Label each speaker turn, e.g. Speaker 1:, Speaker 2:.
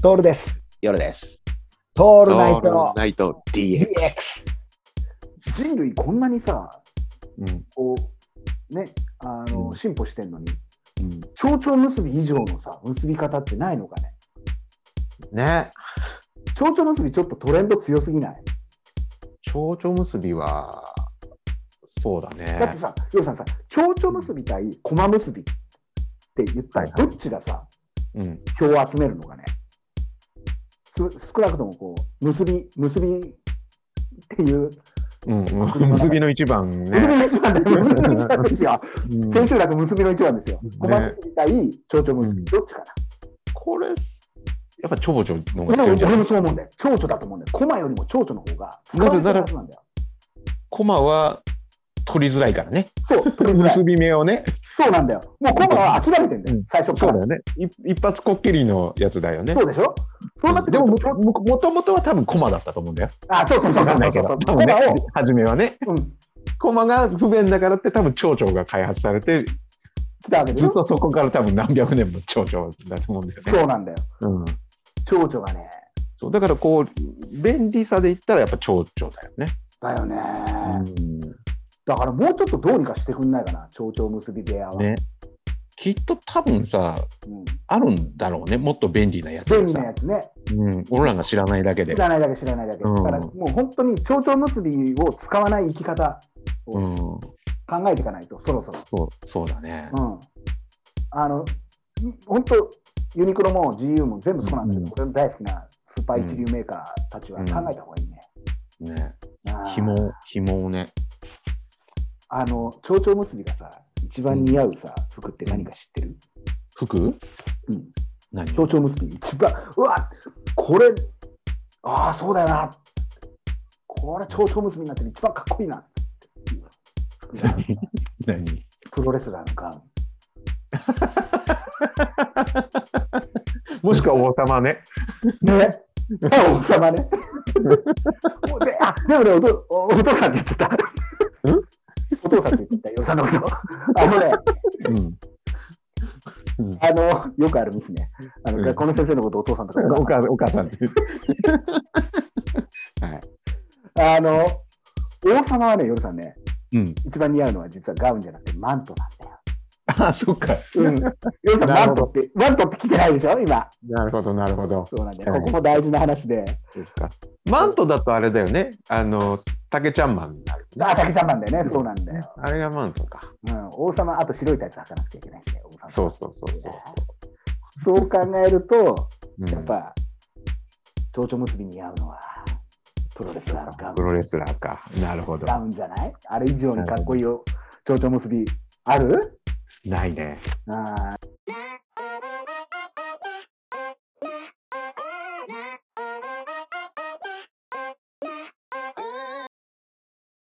Speaker 1: トールです。
Speaker 2: 夜です。
Speaker 1: ト
Speaker 2: オ
Speaker 1: ールナイト
Speaker 2: ナイト DX。
Speaker 1: DX。
Speaker 3: 人類こんなにさ、
Speaker 2: うん。
Speaker 3: こう、ね、あの、
Speaker 2: うん
Speaker 3: 進歩してんのに、
Speaker 2: うん
Speaker 3: 蝶々結び以上のさ、結び方ってないのかね。
Speaker 2: ね。
Speaker 3: 蝶々結びちょっとトレンド強すぎない
Speaker 2: 蝶々結びは、そうだ
Speaker 3: だって
Speaker 2: ね。
Speaker 3: さ、ヨウさんさ、蝶々結び対駒結びって言ったら、
Speaker 2: はいは
Speaker 3: ど
Speaker 2: い
Speaker 3: っちがさ、
Speaker 2: うん。
Speaker 3: 票を集めるのかね。す少なくともこう、結び、結びっていう、
Speaker 2: うんうん。結びの一 番
Speaker 3: 結び
Speaker 2: ね。
Speaker 3: の一番ですよ。結びの一番です よ。
Speaker 2: うん
Speaker 3: 千秋楽結びの一番ですよ
Speaker 2: ね。
Speaker 3: 駒結び対蝶々結
Speaker 2: う
Speaker 3: び、
Speaker 2: ん
Speaker 3: どっちかな。
Speaker 2: これ、やっぱ蝶々の方が
Speaker 3: 俺
Speaker 2: 強いんじゃな
Speaker 3: も
Speaker 2: い
Speaker 3: そう思うんだよ。蝶々だと思うんだよ。駒よりも蝶々の方が。
Speaker 2: なぜなら
Speaker 3: 使われてる
Speaker 2: 駒は取りづらいからね。
Speaker 3: はずなんだよそう、取りづ らい
Speaker 2: 結び目をね。
Speaker 3: そうなんだよ。もう駒は諦めてんだよ。
Speaker 2: うん
Speaker 3: 最初から。
Speaker 2: よね。い一発こっきりのやつだよね。
Speaker 3: そうでしょそうなってく
Speaker 2: で
Speaker 3: る
Speaker 2: も
Speaker 3: と
Speaker 2: も、ももともとは多分駒だったと思うんだよ。
Speaker 3: あ、そう そうそう
Speaker 2: わ
Speaker 3: そ
Speaker 2: か
Speaker 3: うんそ
Speaker 2: ないうけ
Speaker 3: そ
Speaker 2: ど
Speaker 3: う。。
Speaker 2: 多分ね
Speaker 3: 駒を、、
Speaker 2: 初めはね。
Speaker 3: うん、
Speaker 2: 駒が不便だからって多分蝶々が開発されて
Speaker 3: 来たわけでし
Speaker 2: ずっ
Speaker 3: ょ
Speaker 2: とそこから多分何百年も蝶々だと思うんだよね。
Speaker 3: そうなんだよ。
Speaker 2: そう,、ん、
Speaker 3: 蝶々がね。
Speaker 2: そうだからこう便利さで言ったらやっぱ蝶々だよね。
Speaker 3: だよね。
Speaker 2: うん
Speaker 3: だからもうちょっとどうにかしてくんないかな。蝶々結び部屋は。
Speaker 2: ねきっと多分さ
Speaker 3: うん
Speaker 2: あるんだろうねもっと便利なやつ
Speaker 3: 便利な
Speaker 2: がさ
Speaker 3: や、つね。
Speaker 2: うん、俺らが知らないだけで
Speaker 3: 知。らないだけ知らないだけ。
Speaker 2: うん
Speaker 3: だからもう本当に蝶々結びを使わない生き方
Speaker 2: うん、
Speaker 3: 考えていかないと、そろそろ。
Speaker 2: そうそうだね。
Speaker 3: うん、あの本当ユニクロも GU も全部そうなんだけど、
Speaker 2: うん
Speaker 3: 俺の大好きなスーパー一流メーカーたちは考えた方がいいね。
Speaker 2: ね
Speaker 3: あー
Speaker 2: 紐紐をね。
Speaker 3: あの蝶々結びがさ一番似合うさ服って何か知ってる、
Speaker 2: 服
Speaker 3: うん、
Speaker 2: 何
Speaker 3: 蝶々結び一番うわこれああそうだよなこれ蝶々結びになってる一番かっこい いな服が
Speaker 2: 何
Speaker 3: プロレスラーのガウン
Speaker 2: もしくは王様ね。
Speaker 3: ね。王様ね。おであでもねおとお、お父さんって言ってた。
Speaker 2: ん
Speaker 3: お父さんって言ってた、よさのこと。あのね、
Speaker 2: うん
Speaker 3: あの、よくあるミスね。あの、
Speaker 2: うん
Speaker 3: 学校の先生のことお父さんとか
Speaker 2: お
Speaker 3: お母
Speaker 2: 母お母さんって言って。
Speaker 3: さん。あの、王様はね、夜さんね、
Speaker 2: うん、
Speaker 3: 一番似合うのは実はガウンじゃなくてマントなんだよ。
Speaker 2: あそっか。
Speaker 3: うん。夜さん、
Speaker 2: な
Speaker 3: マ
Speaker 2: るほ
Speaker 3: ン
Speaker 2: ど
Speaker 3: トって、マントって着てないでしょ、今。
Speaker 2: なるほどなるほど。
Speaker 3: そうなんだ
Speaker 2: は
Speaker 3: よ。
Speaker 2: い
Speaker 3: ここも大事な話で。
Speaker 2: ですか。マントだとあれだよね。あの、竹ちゃんマンになる、
Speaker 3: あ、竹ちゃんなんだよね。そうなんだよ。
Speaker 2: あれがマントか。
Speaker 3: うん。王様、あと白いタイツ履かなくちゃいけないしね、王様。
Speaker 2: そうそうそうそうそ
Speaker 3: そう考えると、
Speaker 2: う。うん
Speaker 3: やっぱ、蝶々結びに合うのは、プロレスラーのガウン
Speaker 2: プロレスラーか。なるほど。
Speaker 3: ガウンじゃないあれ以上にかっこいいよ、蝶々結びある
Speaker 2: ないね。
Speaker 3: あー